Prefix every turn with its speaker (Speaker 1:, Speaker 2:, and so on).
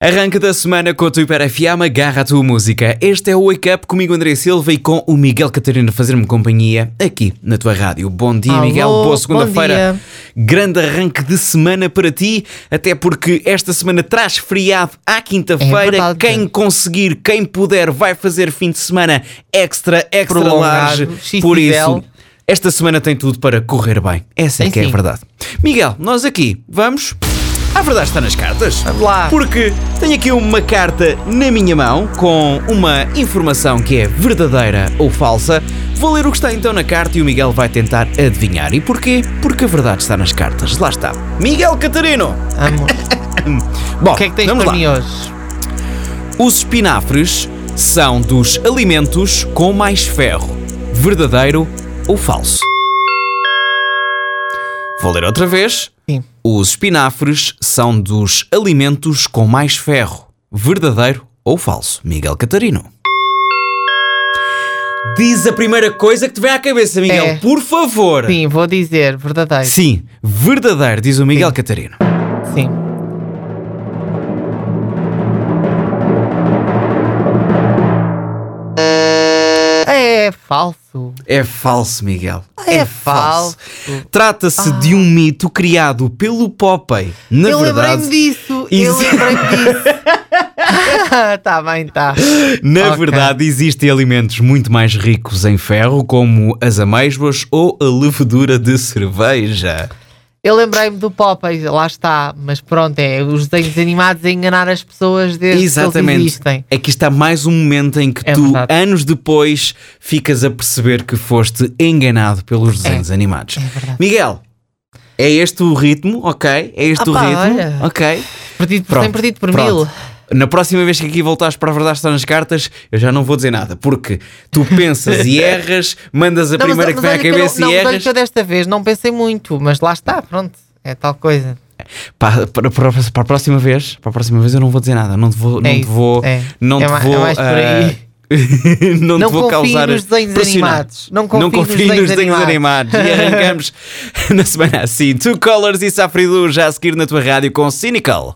Speaker 1: Arranque da semana com a tua Hiperfiama, agarra a tua música. Este é o Wake Up comigo, André Silva, e com o Miguel Catarina a fazer-me companhia aqui na tua rádio. Bom dia,
Speaker 2: Alô,
Speaker 1: Miguel. Boa
Speaker 2: bom
Speaker 1: segunda-feira. Grande arranque de semana para ti, até porque esta semana traz feriado à
Speaker 2: É
Speaker 1: quinta-feira.
Speaker 2: verdade.
Speaker 1: quem conseguir, quem puder, vai fazer fim de semana extra, extra
Speaker 2: Prolongado,
Speaker 1: large.
Speaker 2: XXL.
Speaker 1: Por isso, esta semana tem tudo para correr bem. Essa é
Speaker 2: Tem
Speaker 1: que é a
Speaker 2: sim.
Speaker 1: verdade. Miguel, nós aqui vamos. A verdade está nas cartas.
Speaker 2: Vamos lá.
Speaker 1: Porque tenho aqui uma carta na minha mão com uma informação que é verdadeira ou falsa. Vou ler o que está então na carta e o Miguel vai tentar adivinhar. E porquê? Porque a verdade está nas cartas. Lá está. Miguel Catarino!
Speaker 2: Amor,
Speaker 1: Bom,
Speaker 2: o que é que tens
Speaker 1: vamos
Speaker 2: para
Speaker 1: lá.
Speaker 2: mim hoje?
Speaker 1: Os espinafres são dos alimentos com mais ferro. Verdadeiro ou falso? Vou ler outra vez.
Speaker 2: Sim.
Speaker 1: Os espinafres são dos alimentos com mais ferro. Verdadeiro ou falso? Miguel Catarino. Diz a primeira coisa que te vem à cabeça, Miguel.
Speaker 2: É.
Speaker 1: Por favor.
Speaker 2: Sim, vou dizer, verdadeiro.
Speaker 1: É. Sim, verdadeiro, diz o Miguel
Speaker 2: Sim.
Speaker 1: Catarino.
Speaker 2: Sim. É falso.
Speaker 1: É falso, Miguel.
Speaker 2: É falso.
Speaker 1: Trata-se de um mito criado pelo Popeye. Na
Speaker 2: eu lembrei-me
Speaker 1: verdade,
Speaker 2: disso.
Speaker 1: Isso.
Speaker 2: Eu lembrei-me disso. tá bem, tá.
Speaker 1: na
Speaker 2: Ok.
Speaker 1: verdade, existem alimentos muito mais ricos em ferro, como as amêijoas ou a levedura de cerveja.
Speaker 2: Eu lembrei-me do Popeye, lá está. Mas pronto, é os desenhos animados a enganar as pessoas desde que É, eles
Speaker 1: Exatamente.
Speaker 2: existem.
Speaker 1: Aqui está mais um momento em que
Speaker 2: É
Speaker 1: tu,
Speaker 2: verdade.
Speaker 1: anos depois, ficas a perceber que foste enganado pelos desenhos animados.
Speaker 2: É, verdade.
Speaker 1: Miguel, é este o ritmo, ok? É este
Speaker 2: Ah
Speaker 1: o
Speaker 2: pá,
Speaker 1: ritmo,
Speaker 2: olha.
Speaker 1: ok?
Speaker 2: Perdido,
Speaker 1: Pronto,
Speaker 2: sem perdido por
Speaker 1: pronto.
Speaker 2: mil.
Speaker 1: Na próxima vez que aqui voltares para a verdade está nas cartas, eu já não vou dizer nada, porque tu pensas e erras, mandas a
Speaker 2: Não, mas-
Speaker 1: primeira
Speaker 2: mas
Speaker 1: que vem
Speaker 2: olha
Speaker 1: à
Speaker 2: eu não-
Speaker 1: cabeça e
Speaker 2: não, mas olha
Speaker 1: erras.
Speaker 2: que eu desta vez não pensei muito, mas lá está, pronto. É tal coisa.
Speaker 1: Pá, para, para- para a próxima vez, para a próxima vez eu não vou dizer nada, não te vou, não
Speaker 2: É
Speaker 1: te
Speaker 2: isso,
Speaker 1: vou,
Speaker 2: é.
Speaker 1: não
Speaker 2: É
Speaker 1: te
Speaker 2: ma- é
Speaker 1: vou,
Speaker 2: mais por
Speaker 1: ah,
Speaker 2: aí.
Speaker 1: não,
Speaker 2: Não
Speaker 1: te vou
Speaker 2: confio
Speaker 1: causar
Speaker 2: nos desenhos
Speaker 1: pressionar.
Speaker 2: animados. Não confio nos
Speaker 1: confio
Speaker 2: desenhos
Speaker 1: animados. E arrancamos na semana assim. Two Colors e Safridu já a seguir na tua rádio com Cynical.